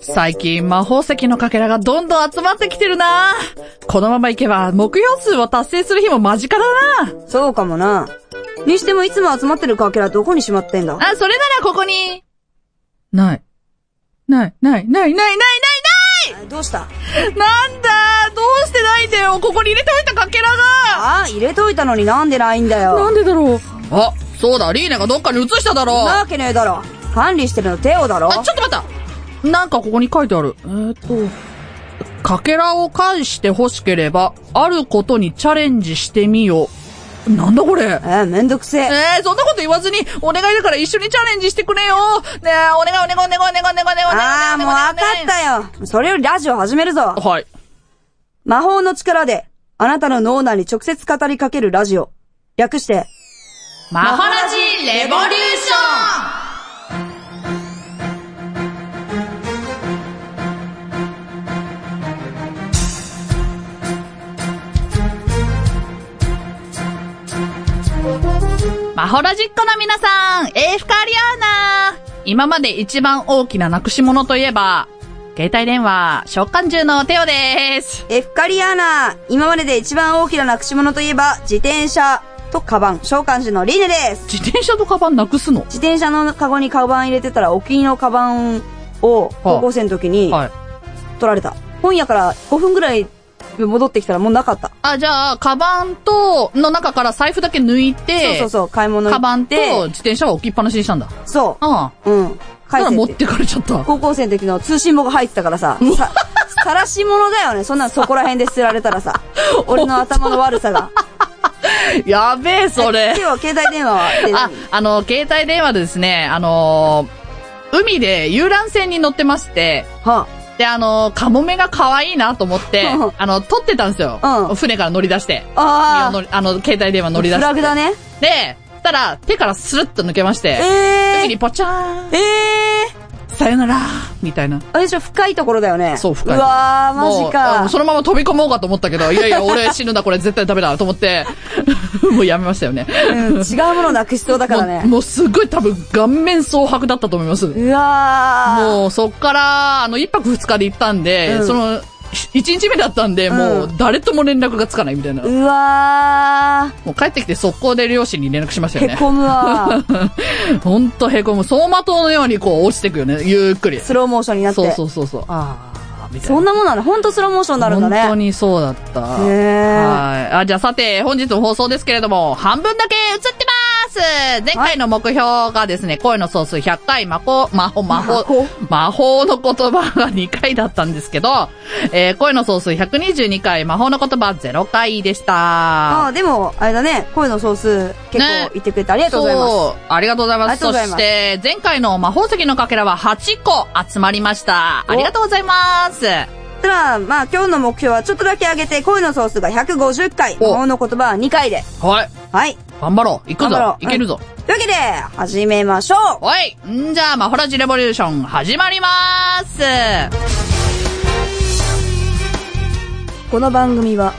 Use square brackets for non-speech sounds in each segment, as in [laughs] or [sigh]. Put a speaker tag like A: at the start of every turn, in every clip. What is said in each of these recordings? A: 最近魔法石のかけらがどんどん集まってきてるなこのままいけば目標数を達成する日も間近だな
B: そうかもな。にしてもいつも集まってるかけらどこにしまってんだ
A: あ、それならここにない。ない、ない、ない、ない、ない、
B: どうした
A: ないなんだどうしてないんだよここに入れておいたかけらが
B: あ入れといたのになんでないんだよ。
A: なんでだろうあ、そうだ、リーネがどっかに移しただろ
B: なわけねえだろ。管理してるのテオだろ
A: あ、ちょっと待ったなんかここに書いてある。えーっと、かけらを返して欲しければ、あることにチャレンジしてみよう。なんだこれ
B: えー、めんどくせえ。
A: えー、そんなこと言わずに、お願いだから一緒にチャレンジしてくれよねえ、お願いお願いお願いお願いお願いお願いお願い
B: ああ、もうわか
A: お願い
B: ったよ。それよりラジオ始めるぞ。
A: はい。
B: 魔法の力で、あなたの脳内に直接語りかけるラジオ。略して、
A: マホラジレボリューションマホラジっ子の皆さん、エーフカリアーナ今まで一番大きななくし物といえば、携帯電話、召喚獣のテオです。
B: エフカリアーナ。今までで一番大きななくし物といえば、自転車とカバン、召喚師のリーネです。
A: 自転車とカバンなくすの
B: 自転車のカゴにカバン入れてたら、お気に入りのカバンを、高校生の時に、
A: はい。
B: 取られた。本屋から5分ぐらい戻ってきたらもうなかった。
A: あ、じゃあ、カバンと、の中から財布だけ抜い
B: そう
A: て、
B: そうそう、買い物行
A: カ
B: って。
A: バンと自転車は置きっぱなしにしたんだ。
B: そ
A: ああ。
B: う。うん。
A: そ
B: 返
A: した
B: せっ
A: ら
B: て
A: 持ってかれちゃった。
B: [laughs] 高校生の時の通信簿が入ってたからさ、さ、さらし物だよね。そんなのそこら辺で捨てられ
A: [laughs]
B: たらさ、俺の頭の悪さが。
A: やべえ、それ
B: [laughs] 今日。は携帯電話はで
A: あ
B: 何、
A: あの、携帯電話でですね、あのー海で遊覧船に乗ってまして、
B: は
A: で、あのーカモメが可愛いなと思って
B: うん、
A: あの、撮ってたんですよ。
B: うん
A: 船から乗り出して。
B: あ、
A: 身を乗りあの、携帯電話
B: あ
A: 乗り出
B: フラ
A: し
B: グだね。
A: て。で、そしたら、手からスルッと抜けまし
B: え
A: て、次に
B: ー、
A: ポチャーン、
B: えー、
A: さよなら、みたいな。
B: あれでしょ、深いところだよね。
A: そう深いう
B: わー、マ
A: も
B: ジ
A: うあの
B: か。
A: そのまま飛び込もうかと思ったけど、い
B: [laughs]
A: やいや、俺死ぬだ、これ絶対ダメだ、と思って、 [laughs] もうやめましたよね。
B: うん、違うものなくしそうだから
A: もう
B: ね。
A: もうすごい多分顔面蒼白だったと思います。
B: うわー。
A: もうそっから、あの、一泊二日で行ったんで、
B: うん
A: その、し一日目だったんで、
B: うん
A: もう誰とも連絡がつかないみたいな。
B: うわ
A: もう帰ってきて速攻で両親に連絡しました
B: ー。
A: よ
B: へ
A: ね。
B: こむわ
A: [laughs]
B: ー。
A: ほんとへこむ。走馬灯のようにこう落ちてくよね。ゆっく
B: [laughs]
A: り。
B: スローモーションになって。
A: そうそうそうそう。あー、みたいな。
B: そんなもんなんだ。ほんとスローモーションになるんだね。
A: 本当にそうだった。
B: へえ
A: はい。あ、じゃあさて、本日の放送ですけれども、半分だけ映ってます前回の目標がですね、声の総数100回、魔法、魔法、魔
B: 魔
A: 法
B: 法、
A: 魔法の言葉が2回だったんですけど、えー声の総数122回、魔法の言葉0回でした。
B: ああ、でも、あれだね、声の総数結
A: ね
B: 構言ってくれてありがとうございます。
A: そう。ありがとうござい
B: あ
A: ま
B: り
A: す。
B: がと
A: そ
B: うござい
A: し
B: ます
A: て、前回の魔法石のかけらは8個集まりました。
B: お
A: ありがとうございます。
B: ただ、まあ今日の目標はちょっとだけ上げて、声の総数が150回、
A: お
B: 魔法の言葉は2回で。
A: はい。
B: はい。
A: 頑張ろう。行く
B: 頑張
A: ぞ
B: ろ。う
A: 行けるぞ。
B: というわけで、始めましょう
A: おいんじゃあ、マホラジレボリューション始まりまーす
B: この番組は、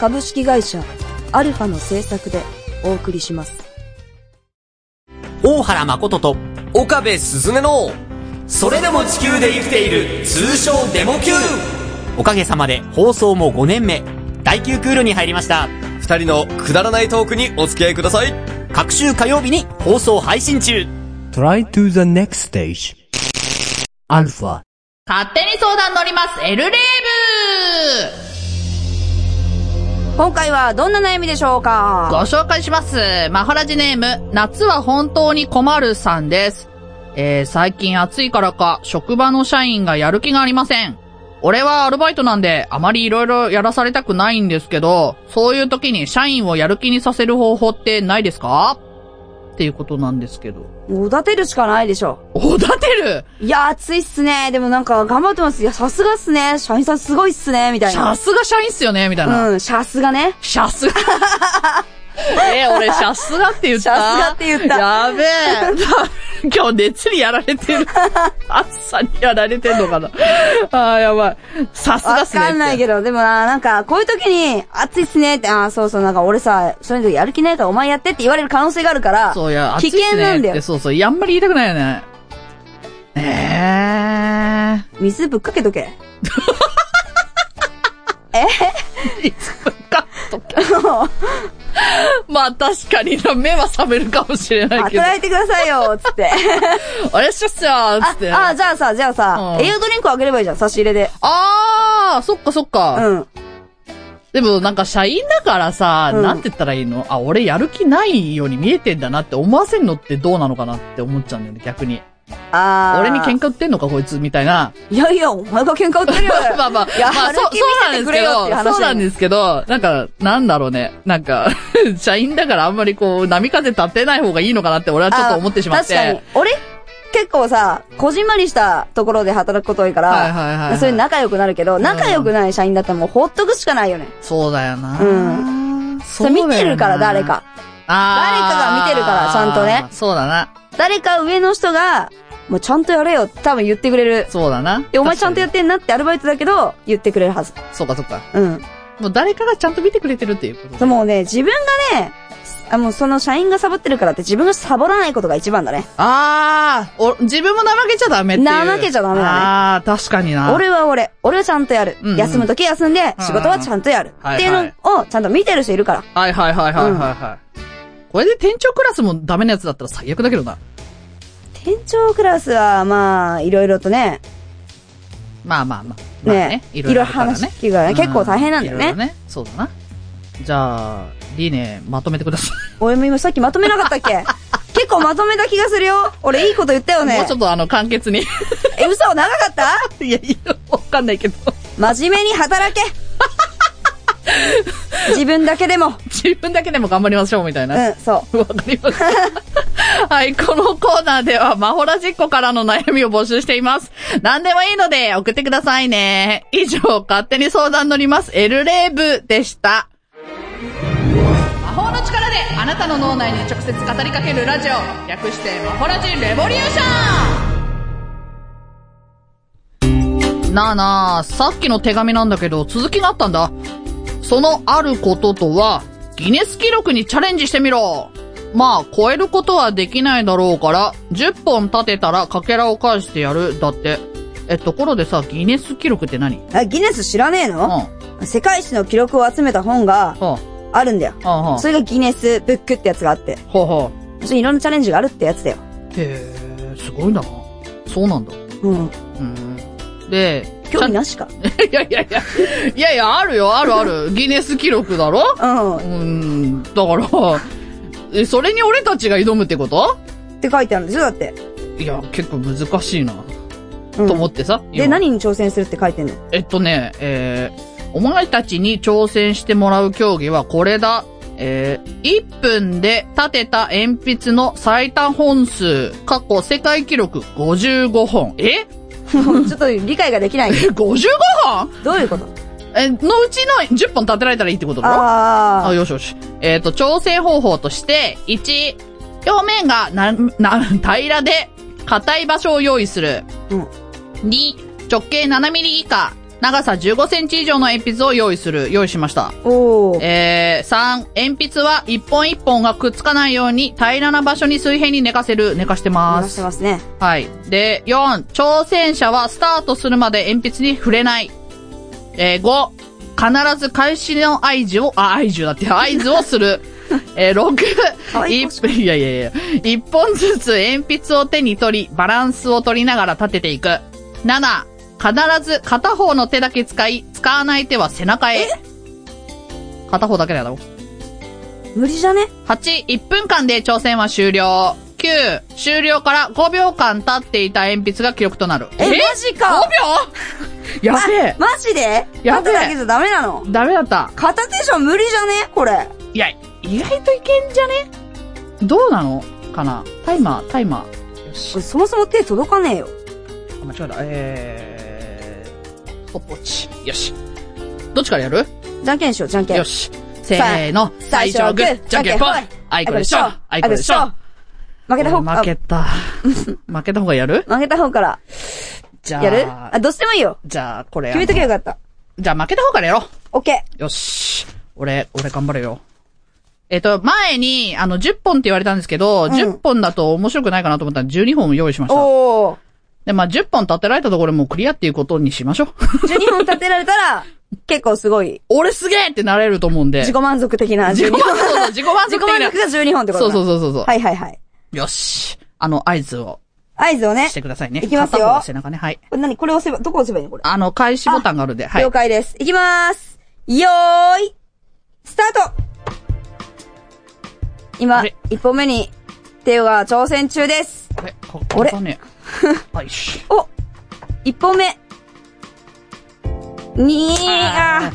B: 株式会社、アルファの制作でお送りします。
C: 大原誠と岡部鈴音のそれでも地球で生きている通称デモ級おかげさまで放送も5年目第9クールに入りました
D: 二人のくだらないトークにお付き合いください。
C: 各週火曜日に放送配信中
E: Try to the next stage. Alpha.
A: 勝手に相談乗ります !L レーブ
B: 今回はどんな悩みでしょうか
A: ご紹介します。マホラジネーム、夏は本当に困るさんです。えー、最近暑いからか、職場の社員がやる気がありません。俺はアルバイトなんで、あまり色々やらされたくないんですけど、そういう時に社員をやる気にさせる方法ってないですかっていうことなんですけど。
B: おだてるしかないでしょ。
A: おだてる
B: いや、暑いっすね。でもなんか、頑張ってます。いや、さすがっすね。社員さんすごいっすね。みたい
A: さ。
B: な
A: すが社員っすよねみたいな。
B: うん、シャスがね。
A: シャスが。 [laughs] え、俺、シャスがって言った。
B: シャスがって言った
A: やべえ。 [laughs] 今日熱にやられ
B: [laughs]
A: てる。暑さにやられてんのかな。あーやばい。さすが
B: わ
A: っすね。
B: かんないけど、でもな、なんか、こういう時に、暑いっすねって、ああ、そうそう、なんか俺さ、そういうのやる気ないからお前やってって言われる可能性があるから、
A: そういや、暑い
B: 危
A: っす
B: 険
A: ね
B: な
A: っ
B: んだ
A: て。
B: よ。
A: そうそう。いやあんまり言いたくないよね。ええ
B: 水ぶっかけとけ。
A: ー。いつかと
B: [laughs]
A: か。まあ確かにな、目は覚めるかもしれないけど。
B: 働いてくださいよ、つって。
A: あれっしょっしゃーっつって。
B: あ、あ、じゃあさ、じゃあさ、
A: うん
B: 栄養ドリンクあげればいいじゃん、差し入れで。
A: あー、そっかそっか。
B: うん。
A: でもなんか社員だからさ、
B: うん
A: なんて言ったらいいのあ、俺やる気ないように見えてんだなって思わせんのってどうなのかなって思っちゃうんだよね、逆に。
B: あー。
A: 俺に喧嘩売ってんのかこいつみたいな。
B: 嘩。いやいや、お前が喧嘩売ってるよ。
A: [laughs] まあまあ、
B: いや
A: まあ、
B: やる気見せてくれよっていう話だよ
A: そうなんですけど、そうなんですけど、なんか、なんだろうね。なんか、 [laughs] 社員だからあんまりこう、波風立てない方がいいのかなって俺は [laughs] ちょっと思ってしまって。
B: あ確かに。俺、結構さ、こじんまりしたところで働くこと多いから、
A: はいはいはいはい
B: それ仲良くなるけど、仲良くない社員だったらもうほっとくしかないよね。
A: そうだよな。
B: うん
A: そ
B: それ
A: うだよ
B: 見
A: な
B: てるから、誰。か。
A: あー
B: 誰かが見てるからちゃんとね
A: そうだな。
B: 誰か上の人が、もうちゃんとやれよ、多分言ってくれる。
A: そうだな。
B: で、お前ちゃんとや
A: っ
B: ってんなってアルバイトだけど、言ってくれるはず。
A: そうかそうか。
B: うん。
A: もう誰かがちゃんと見てくれてるっていうことで
B: そうもうね、自分がね、あ、もうその社員がサボってるからって自分がサボらないことが一番だね。
A: あーお、自分も怠けちゃダメっていう。
B: 怠けちゃダメだね
A: ああ、確かにな。
B: 俺は俺、俺はちゃんとやる。
A: うんうん
B: 休むとき休んで、
A: うん
B: 仕事はちゃんとやる。
A: はいはい
B: っていうのをちゃんと見てる人いるから。
A: はいはいはいはいはいはい。これで店長クラスもダメなやつだったら最悪だけどな。
B: 店長クラスは、まあ、いろいろとね、
A: まあまあまあ。まあ
B: ね、いろいろ話聞くからね、結構大変なんだ
A: い
B: よ
A: ろいろ
B: ね。
A: ね。そうだな。じゃあ、リーネ、まとめてください。
B: 俺も今さっきまとめなかった
A: [laughs]
B: っけ結構まとめた気がするよ。俺いいこと言ったよ
A: もう
B: ね
A: ちょ。っとあの、簡潔に。い [laughs]
B: え、嘘長かった
A: や、 [laughs] いや、わかんないけど。
B: 真面目に働け自分だ
A: [laughs]
B: けでも。
A: 自分だけでも頑張りましょう、みたいうな。
B: ん、そ
A: [laughs]
B: う。
A: わかりました。はい、このコーナーでは、マホラジッコからの悩みを募集しています。何でもいいので、送ってくださいね。以上、勝手に相談乗ります、エルレーブでした。魔法の力で、あなたの脳内に直接語りかけるラジオ。略して、マホラジレボリューションなあなあ、さっきの手紙なんだけど、続きがあったんだ。そのあることとは、ギネス記録にチャレンジしてみろまあ、超えることはできないだろうから、10本立てたらかけらを返してやる、だって。え、ところでさ、ギネス記録って何うん。
B: あ、ギネス知らねえの、
A: は
B: 世界史の記録を集めた本が
A: あ、は
B: あるんだよ。
A: あ、はあ
B: そ、れがギネスブックってやつがあって。
A: はあ、は
B: それいろんなチャレンジがあるってやつだよ。
A: あ。へえ、すごいな。そうなんだ。
B: うん。
A: うん。で、
B: 興味なしか。
A: いやいやいや、いやいや、あるよ、あるある。ギネス記録だろ
B: う
A: [laughs]
B: ん。
A: う
B: っ
A: ん、だから、え、それに俺たちが挑むってこと
B: て書いてあるんでしょだって。
A: いや、結構難しいな。
B: うん
A: と思ってさ。
B: で、
A: 今
B: 何に挑戦するって書いてんの [laughs]
A: えっとね、えー、お前たちに挑戦してもらう競技はこれだ。えー、1分で立てた鉛筆の最短本数、過去世界記録55本。え
B: ちょっと理解ができない。
A: ?55 本
B: どういうこと
A: え、のうちの10本立てられたらいいってことだろあ、
B: あ
A: よしよし。えっ、と、調整方法として、1、表面がな、な、 [laughs] 平らで、硬い場所を用意する。
B: うん
A: 2、直径7ミリ以下、長さ15センチ以上の鉛筆を用意する。用意しました。
B: ー。おー。
A: えー、3、鉛筆は一本一本がくっつかないように平らな場所に水平に寝かせる。寝かしてま
B: 話して
A: す。
B: ますね。
A: はい。で、4、挑戦者はスタートするまで鉛筆に触れない。えー、5、必ず開始の合図を、あ、合図だって、合図をする。えー、
B: かわいい
A: 6、いやいやいや、1本ずつ鉛筆を手に取り、バランスを取りながら立てていく。7、必ず片方の手だけ使い、使わない手は背中へ。片方だけだろ。
B: 無理じゃね
A: 8、1分間で挑戦は終了。9、終了から5秒間経っていた鉛筆が記録となる。
B: え、マジか
A: ?5 秒やべえ。
B: マジで
A: やべえ
B: 立てだけじゃダメなの
A: ダメだった。
B: 片手じゃ無理じゃねこれ。
A: いや、意外といけんじゃねどうなのかなタイマー、タイマー。よし
B: こ。れそもそも手届かねえよ。
A: あ間違えた。えー、ストップウォッチ。よし。どっちからやる
B: じゃんけんしよう、じゃんけん。
A: よし。せーの。
B: 最初はグー
A: じゃんけんぽん
B: じゃんけんぽん。
A: あいこでしょ。あいこでし
B: あい
A: ょ
B: こ。負けた方、
A: 負け [laughs] た。負けた方がやる
B: あ負けた方から。
A: じゃあ。
B: やるあ、どっちでもいいよ。
A: じゃあ、これ。
B: 決めとけばよかった。
A: じゃあ負けた方からやろ
B: オッケ
A: う。よし。俺、俺頑張れよ。えっ、と、前に、あの、10本って言われたんですけど、
B: ん
A: 10本だと面白くないかなと思ったら12本用意しま
B: ー。
A: した。
B: おー。
A: で、まあ、10本立てられたところもうクリアっていうことにしましょ
B: [laughs]
A: う。
B: 12本立てられた
A: [laughs]
B: ら、結構すごい、
A: 俺すげえってなれると思うんで。
B: 自己満足的な
A: 自
B: 12
A: 己満
B: 本。
A: 足そうそう自己満足
B: 自
A: 的
B: 己
A: な
B: 満足が12本ってこ
A: そう
B: とだ
A: そうそうそうそう、
B: はいはいはい。
A: よし。あの、合図を
B: 合図をね
A: し。てくださいね。
B: いきますよ
A: 片方背中ね。はい。
B: これ何これ押せば、どこ押せばいいのこれ。
A: あの、開始ボタンがあるんで。はい
B: 了。解です。いきまーす。よーい、スタート
A: あ
B: 今
A: れ、
B: 一本目に、テオが挑戦中です。
A: え、か、
B: あれ
A: かね。はい、し。
B: お一本目。にー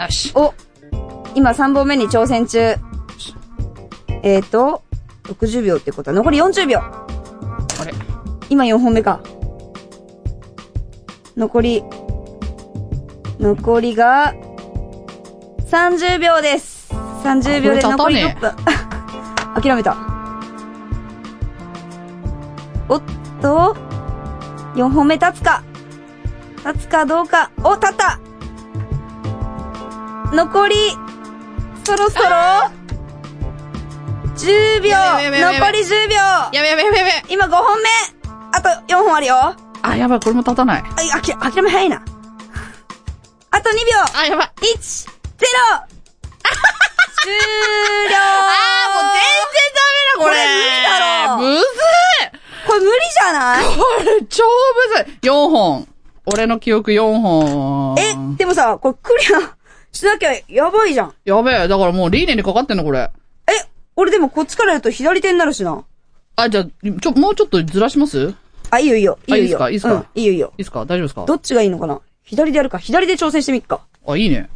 B: あ
A: よし。
B: お今三本目に挑戦中。えーと、60秒ってことは、残り40秒。
A: あれ。
B: 今4本目か。残り、残りが、30秒です。30秒で
A: あこ
B: 残
A: れ
B: り
A: 立
B: 6分。 [laughs] 諦めた。おっと、4本目立つか。立つかどうか。お、立った残り、そろそろ、10秒
A: やべやべやべやべ
B: 残り10秒
A: やべやべやべやべ。
B: 今5本目あと4本あるよあ、
A: あ、やばい、これも立たない。
B: あき、諦め早いな。 [laughs] あと2秒
A: あ、やばい。
B: !1、0! [laughs] 終了
A: あーもう全然ダメだ、これ。
B: これ無
A: むず
B: これ無理じゃない
A: いこれ超むずい !4 本。俺の記憶4本。
B: え、でもさ、これクリアしなきゃやばいじゃん。
A: やべえ、だからもうリーネにかかってんの、これ。
B: え、俺でもこっちからやると左手になるしな。
A: あ、じゃあ、ちょ、もうちょっとずらしますいい
B: あ、いいよいいよ。いいよいい
A: あ
B: よ。
A: いいっすかいいっすか
B: うん、いいよいいよ。
A: ですか大丈夫ですか
B: どっちがいいのかな左でやるか。左で挑戦してみっか。
A: あ、いいね。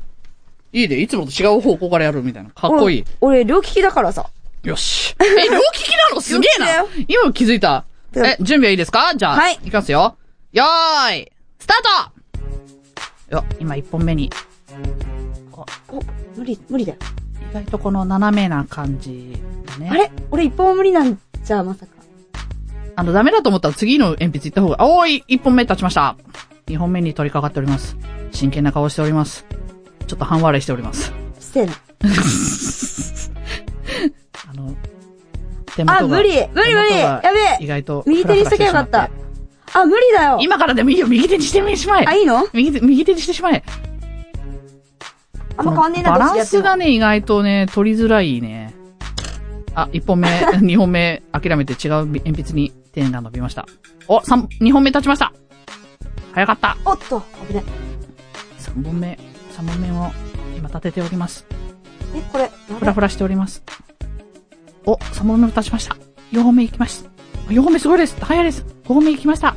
A: いいね。いつもと違う方向からやるみたいな。かっこいい。
B: 俺、俺両利きだからさ。
A: よし。え、両利きなのすげえな
B: 両利きだ
A: 今気づいた。
B: てか
A: え、準備はいいですかじゃあ、
B: はい
A: きますよ。よーい、スタートよ、今1本目に、
B: お、無理、無理だよ。
A: 意外とこの斜めな感じだね。
B: あれ俺一本も無理なんじゃ、まさか。
A: あの、ダメだと思ったら次の鉛筆行った方が、あおーい、1本目立ちました。2本目に取り掛かっております。真剣な顔しております。ちょっと半笑いしております。
B: してな。
A: あの、手
B: あ、
A: 元が
B: 無理無理無理
A: 手元が
B: やべ
A: 意
B: え
A: 外と、
B: 右手にしときゃよかった。。あ、無理だよ
A: 今からでもいいよ、右手にしてみしまえ。
B: あ、いいの
A: 右手、右手にしてしまえ。
B: あんま変わんねえな、
A: バ
B: どっ
A: ラン
B: ちでやって
A: ス
B: も
A: がね、意外とね、取りづらいね。あ、1本目、2本
B: [laughs]
A: 目、諦めて違う鉛筆に点が伸びました。お、三2本目立ちました。早かった。
B: おっと、危ない。
A: 3本目、3本目を今立てております。
B: え、これ、や
A: ふ
B: ば
A: ら
B: い
A: ふらしております。お、3本目立ちました。4本目行きました。4本目すごいです。早いです。5本目行きました。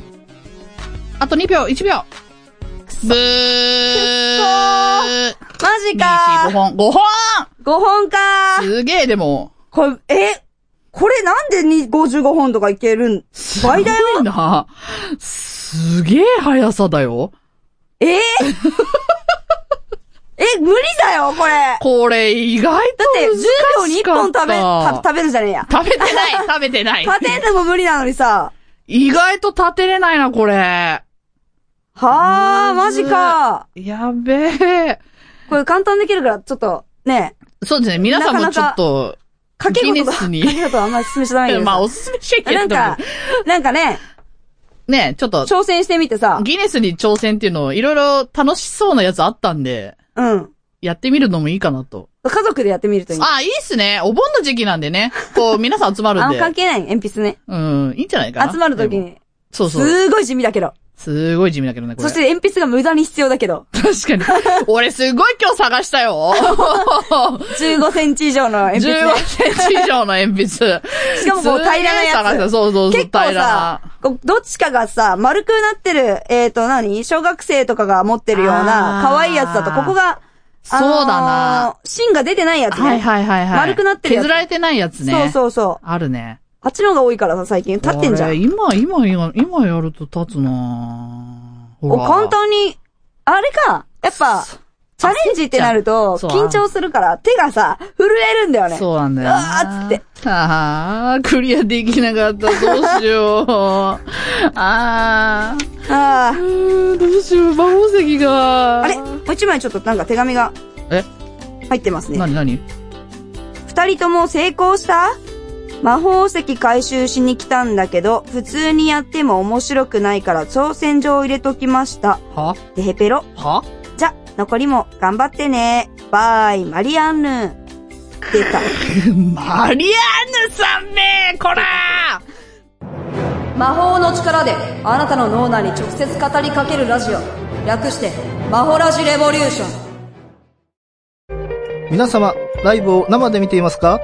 A: あと2秒、1秒。ブー
B: マジ
A: 2、4、5
B: か
A: 本、5本
B: ー !5 本かー
A: すげえ、でも。
B: これ、え、これなんでに55本とかいけるん倍だよ
A: すごいな。すげえ速さだよ。
B: えーえ、無理だよ、これだっ
A: これ意外と
B: て、10秒に1本食べ、た
A: 食
B: 食べるじゃねえや。
A: べ、食べて
B: [laughs]
A: ない、食べてない。
B: パテンでも無理なのにさ。
A: 意外と立てれないな、これ。
B: はあ、
A: む
B: マ
A: ず
B: ジ
A: い
B: か
A: やべえ。
B: これ簡単できるから、ちょっと、ねえ、
A: そうですね、皆さんもちょっと、
B: 掛け事
A: ギネ
B: が、
A: ス
B: 掛
A: に
B: け事はあんまり進めちゃダメだけどさ
A: [laughs] まあ、おすすめしちゃいけな
B: ないん
A: と思う
B: か、なんかね、
A: ね、ちょっと、
B: 挑戦してみてさ、
A: ギネスに挑戦っていうのをいろいろ楽しそうなやつあったんで、
B: うん。
A: やってみるのもいいかなと。
B: 家族でやってみるといい。
A: あ、いいっすね。お盆の時期なんでね。こう、皆さん集まる
B: [laughs] あ
A: ん
B: んま関
A: で。
B: 係ない、鉛筆ね。
A: うん、いいんじゃないかな。
B: 集まるとき
A: でも。
B: に、
A: そうそう。
B: すごい地味だけど。
A: すごい地味だけどね、これ。
B: そして鉛筆が無駄に必要だけど。
A: 確かに。
B: [laughs]
A: 俺すごい今日探したよ。
B: 15センチ以上の鉛筆、ね
A: 15。センチ以上の鉛筆。し
B: かもこう平らなやつ
A: そうそうそう、
B: 結
A: 平
B: 構
A: ら
B: さ
A: な。、
B: こうどっちかがさ、丸くなってる、えっ、と何小学生とかが持ってるような
A: あ、ー
B: 可愛いやつだと、ここが、
A: そうだな。
B: 芯が出てないやつね。
A: はいはいはいはい。
B: 丸くなってるやつ
A: 削られてないやつね。
B: そうそうそう。
A: あるね。
B: あっちの方が多いからさ、最近。立ってんじゃ
A: これ
B: ん。
A: 今、今、今、今やると立つなぁほ
B: お、
A: ら
B: 簡単に、あれか。やっぱ、チャレンジってなると、
A: そうそう
B: 緊張するから、手がさ、震えるんだよね。
A: そうなんだよな。。
B: うわーっつって
A: ああ、クリアできなかった。どうし
B: [laughs]
A: よう。ああ。
B: あ
A: うーんどうしよう。魔法石が。
B: あ。あれもう一枚ちょっとなんか手紙が
A: え
B: 入ってますね
A: な。になに
B: 二人とも成功した魔法石回収しに来たんだけど、普通にやっても面白くないから挑戦状を入れときました。
A: は
B: でへペロ。
A: は
B: じゃ、残りも頑張ってね。バイ、マリアンヌ。出た。
A: マリアンヌさんめこら
F: 魔法の力であなたの脳内に直接語りかけるラジオ略して魔法ラジレボリューション
G: 皆様、ライブを生で見ていますか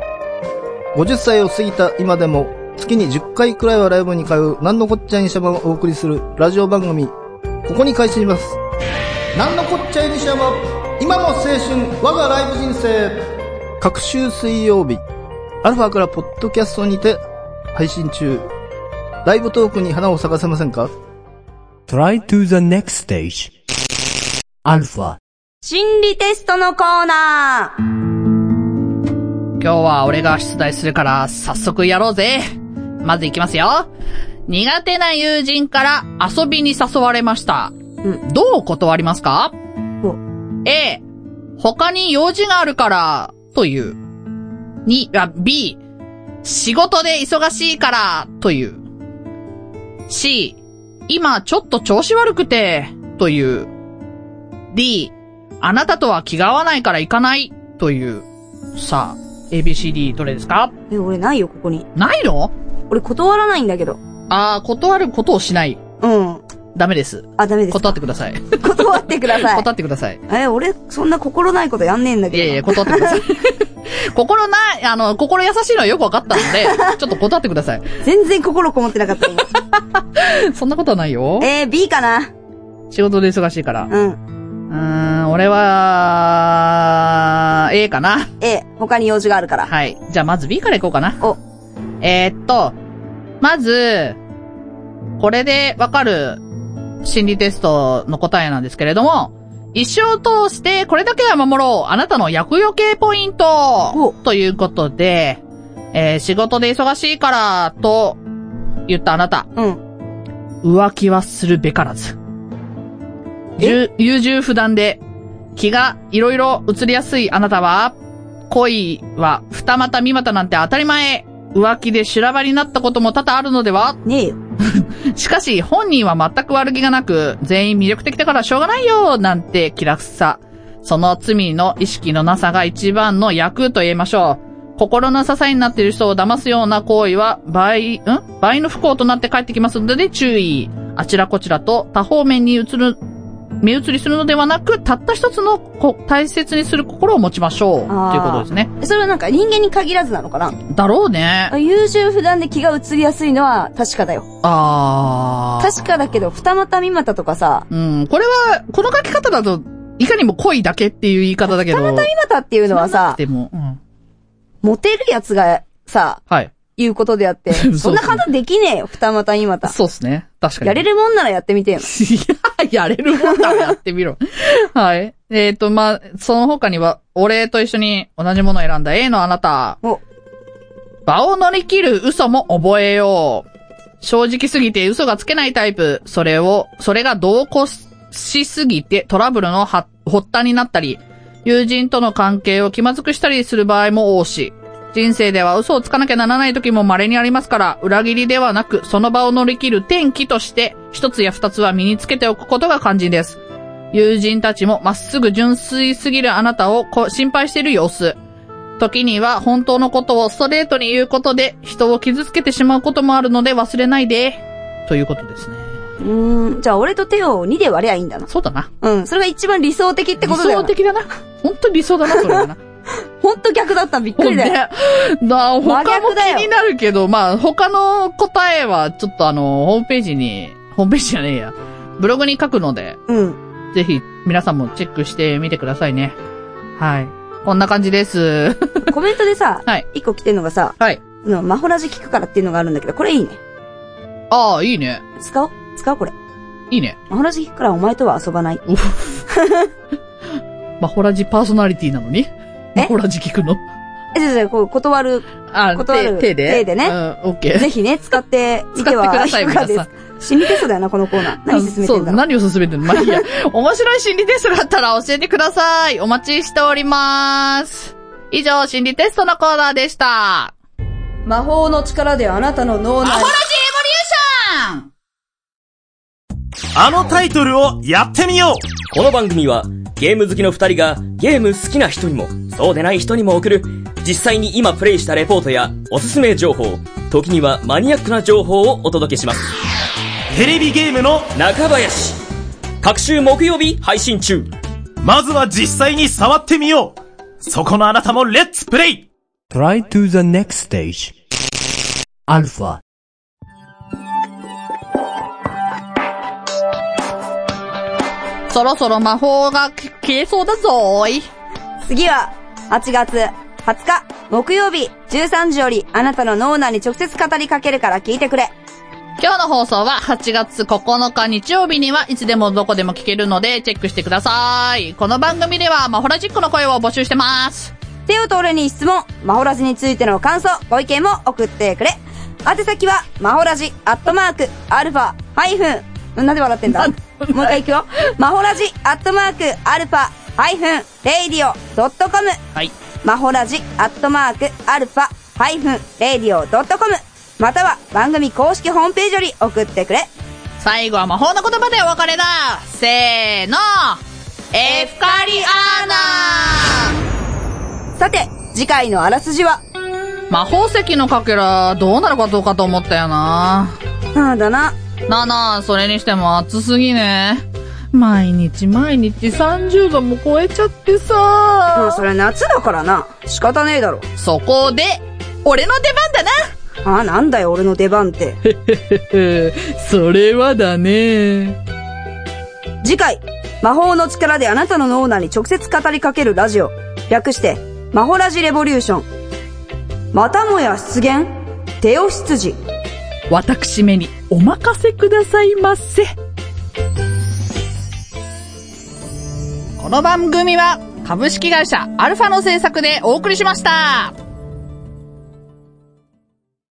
G: ?50 歳を過ぎた今でも、月に10回くらいはライブに通う、なんのこっちゃいにしゃばをお送りするラジオ番組、ここに開始します。なんのこっちゃいにしゃば、今も青春、我がライブ人生。各週水曜日、アルファからポッドキャストにて配信中。ライブトークに花を咲かせませんか
E: Try to the next stage. Alpha.
B: 心理テストのコーナー
A: 今日は俺が出題するから、早速やろうぜ。まず行きますよ。苦手な友人から遊びに誘われました。
B: ん
A: どう断りますか
B: お
A: ?A、他に用事があるから、という。2、あ、B、仕事で忙しいから、という。C、今ちょっと調子悪くて、という。D、あなたとは気が合わないから行かない、という。さあ、ABCD どれですか
B: え、俺ないよ、ここに。
A: ないの
B: 俺断らないんだけど。
A: ああ、断ることをしない。
B: うん。
A: ダメです。
B: あ、ダメですか。
A: 断ってください。
B: 断ってください。
A: 断ってください。
B: え、俺、そんな心ないことやんねえんだけ
A: い
B: ど。
A: やいや、断ってください。 [laughs] 心ない、あの、心優しいのはよくわかったの
B: [laughs]
A: で、ちょっと断ってください。
B: 全然心こもってなかった今。
A: そんなことはないよ。
B: えー、B かな
A: 仕事で忙しいから。
B: うん。
A: うーん、俺は、A かな。
B: A、他に用事があるから。
A: はい。じゃあまず B からいこうかな。
B: お。
A: えーっと、まず、これでわかる心理テストの答えなんですけれども、一生通してこれだけは守ろうあなたの厄除けポイン
B: お
A: トということで、えー仕事で忙しいからと言ったあなた、
B: うん。
A: 浮気はするべからず。じゅ優柔不断で、気がいろいろ移りやすいあなたは、恋は二股三股なんて当たり前。浮気で修羅場になったことも多々あるのでは
B: ねえよ。
A: しかし、本人は全く悪気がなく、全員魅力的だからしょうがないよなんて気楽さ。その罪の意識のなさが一番の役と言えましょう。心の支えになっている人を騙すような行為は、倍、ん倍の不幸となって帰ってきますので注意。あちらこちらと多方面に移る、目移りするのではなく、たった一つのこ大切にする心を持ちましょう。
B: あー
A: ということですね。
B: それはなんか人間に限らずなのかな
A: だろうね。
B: 優柔不断で気が移りやすいのは確かだよ。
A: あー。
B: 確かだけど、二股三股とかさ、
A: うん、これは、この書き方だと、いかにも恋だけっていう言い方だけど。たまた
B: 二股っていうのはさ、
A: でも、うん。
B: モテるやつがさ、
A: はい。
B: 言うことであって、
A: [laughs] そう
B: そんな簡単できねえよ、二股二股。
A: そうっすね。確かに。
B: やれるもんならやってみてよ。
A: いや、やれるもんならやってみろ。 [laughs] はい。えっ、と、まあ、その他には、お礼と一緒に同じものを選んだ A のあなた。
B: お
A: 場を乗り切る嘘も覚えよう。正直すぎて嘘がつけないタイプ。それを、それが同行しすぎてトラブルの発発端になったり、友人との関係を気まずくしたりする場合も多し、人生では嘘をつかなきゃならない時も稀にありますから、裏切りではなく、その場を乗り切る転機として、一つや二つは身につけておくことが肝心です。友人たちもまっすぐ純粋すぎるあなたをこ心配している様子。時には本当のことをストレートに言うことで、人を傷つけてしまうこともあるので忘れないで、ということですね。
B: うーん、じゃあ俺と手を2で割りゃいいんだな。
A: そうだな。
B: うん、それが一番理想的って
A: 理
B: ことだよ
A: 想
B: な。
A: 的だな。本当に理想だな、それはな。
B: ほんと逆だった、びっく
A: ほん
B: りだ
A: で
B: よ。
A: なあ、
B: 真
A: 他も
B: 逆だよ
A: 気になるけど、まあ、他の答えは、ちょっとあの、ホームページに、ホームページじゃねえや。ブログに書くので、
B: うん。
A: ぜひ、皆さんもチェックしてみてくださいね。はい。こんな感じです。、
B: コメントでさ
A: [laughs] はい
B: 一個来てんのがさ、
A: はい。
B: あのマホラジ聞くからっていうのがあるんだけど、これいいね。
A: [laughs] ああ、いいね。
B: 使おう使おうこれ。
A: いいね。
B: マホラジ聞くからお前とは遊ばない。
A: マホラジパーソナリティなのにマホラジ聞くの
B: え、じゃじゃこう断る。
A: あ、
B: 断る
A: 手手で
B: 手でね
A: うん、オッケー。
B: ぜ
A: [laughs]
B: ひね、使ってみては
A: 使ってください
B: かが
A: 皆
B: です。心理テストだよな、このコーナー。何進めてんだ
A: そう、
B: ろう。
A: 何を進めてんのまあ、い
B: [laughs]
A: いや。面白い心理テストがあったら教えてください。お待ちしております。以上、心理テストのコーナーでした。
F: 魔法の力であなたの脳
A: マ
F: 内
A: ホラジエボリューション
H: あのタイトルをやってみよう
I: この番組はゲーム好きの二人がゲーム好きな人にもそうでない人にも送る実際に今プレイしたレポートやおすすめ情報、時にはマニアックな情報をお届けします。
H: テレビゲームの、
I: 中林各週木曜日配信中
H: まずは実際に触ってみようそこのあなたもレッツプレイ
E: Try to the next stage. Alpha.
A: そろそろ魔法がき消えそうだぞーい。
B: 次は、8月20日、木曜日、13時より、あなたの脳内に直接語りかけるから聞いてくれ。
A: 今日の放送は8月9日日曜日にはいつでもどこでも聞けるのでチェックしてください。この番組ではマホラジックの声を募集してます。
B: 手をと俺に質問、マホラジについての感想、ご意見も送ってくれ。宛先は、マホラジ、アットマーク、アルファ、ハイフン。なんで笑ってんだもう一回行くよ。マホラジ、アットマーク、アルファ、ハイフン、レイディオ、ドットコム。
A: はい。
B: マホラジ、アットマーク、アルファ、ハイフン、レイディオ、ドットコム。または、番組公式ホームページより送ってくれ。
A: 最後は魔法の言葉でお別れだせーのエフカリア
B: さて、次回のあらすじは、
A: ーナ魔法石のかけらどうなるかどうかと思ったよな。
B: なんだな。
A: なあなあ、それにしても暑すぎね。毎日毎日30度も超えちゃって
B: ま
A: さ
B: あ、。それ夏だからな。仕方ねえだろ。
A: そこで、俺の出番だな
B: ああ、なんだよ、俺の出番って。
A: [laughs] それはだね。
B: 次回、魔法の力であなたの脳内に直接語りかけるラジオ。略して、魔法ラジレボリューション。またもや出現手を執事。
A: 私めにお任せくださいませ。この番組は株式会社アルファの制作でお送りしました。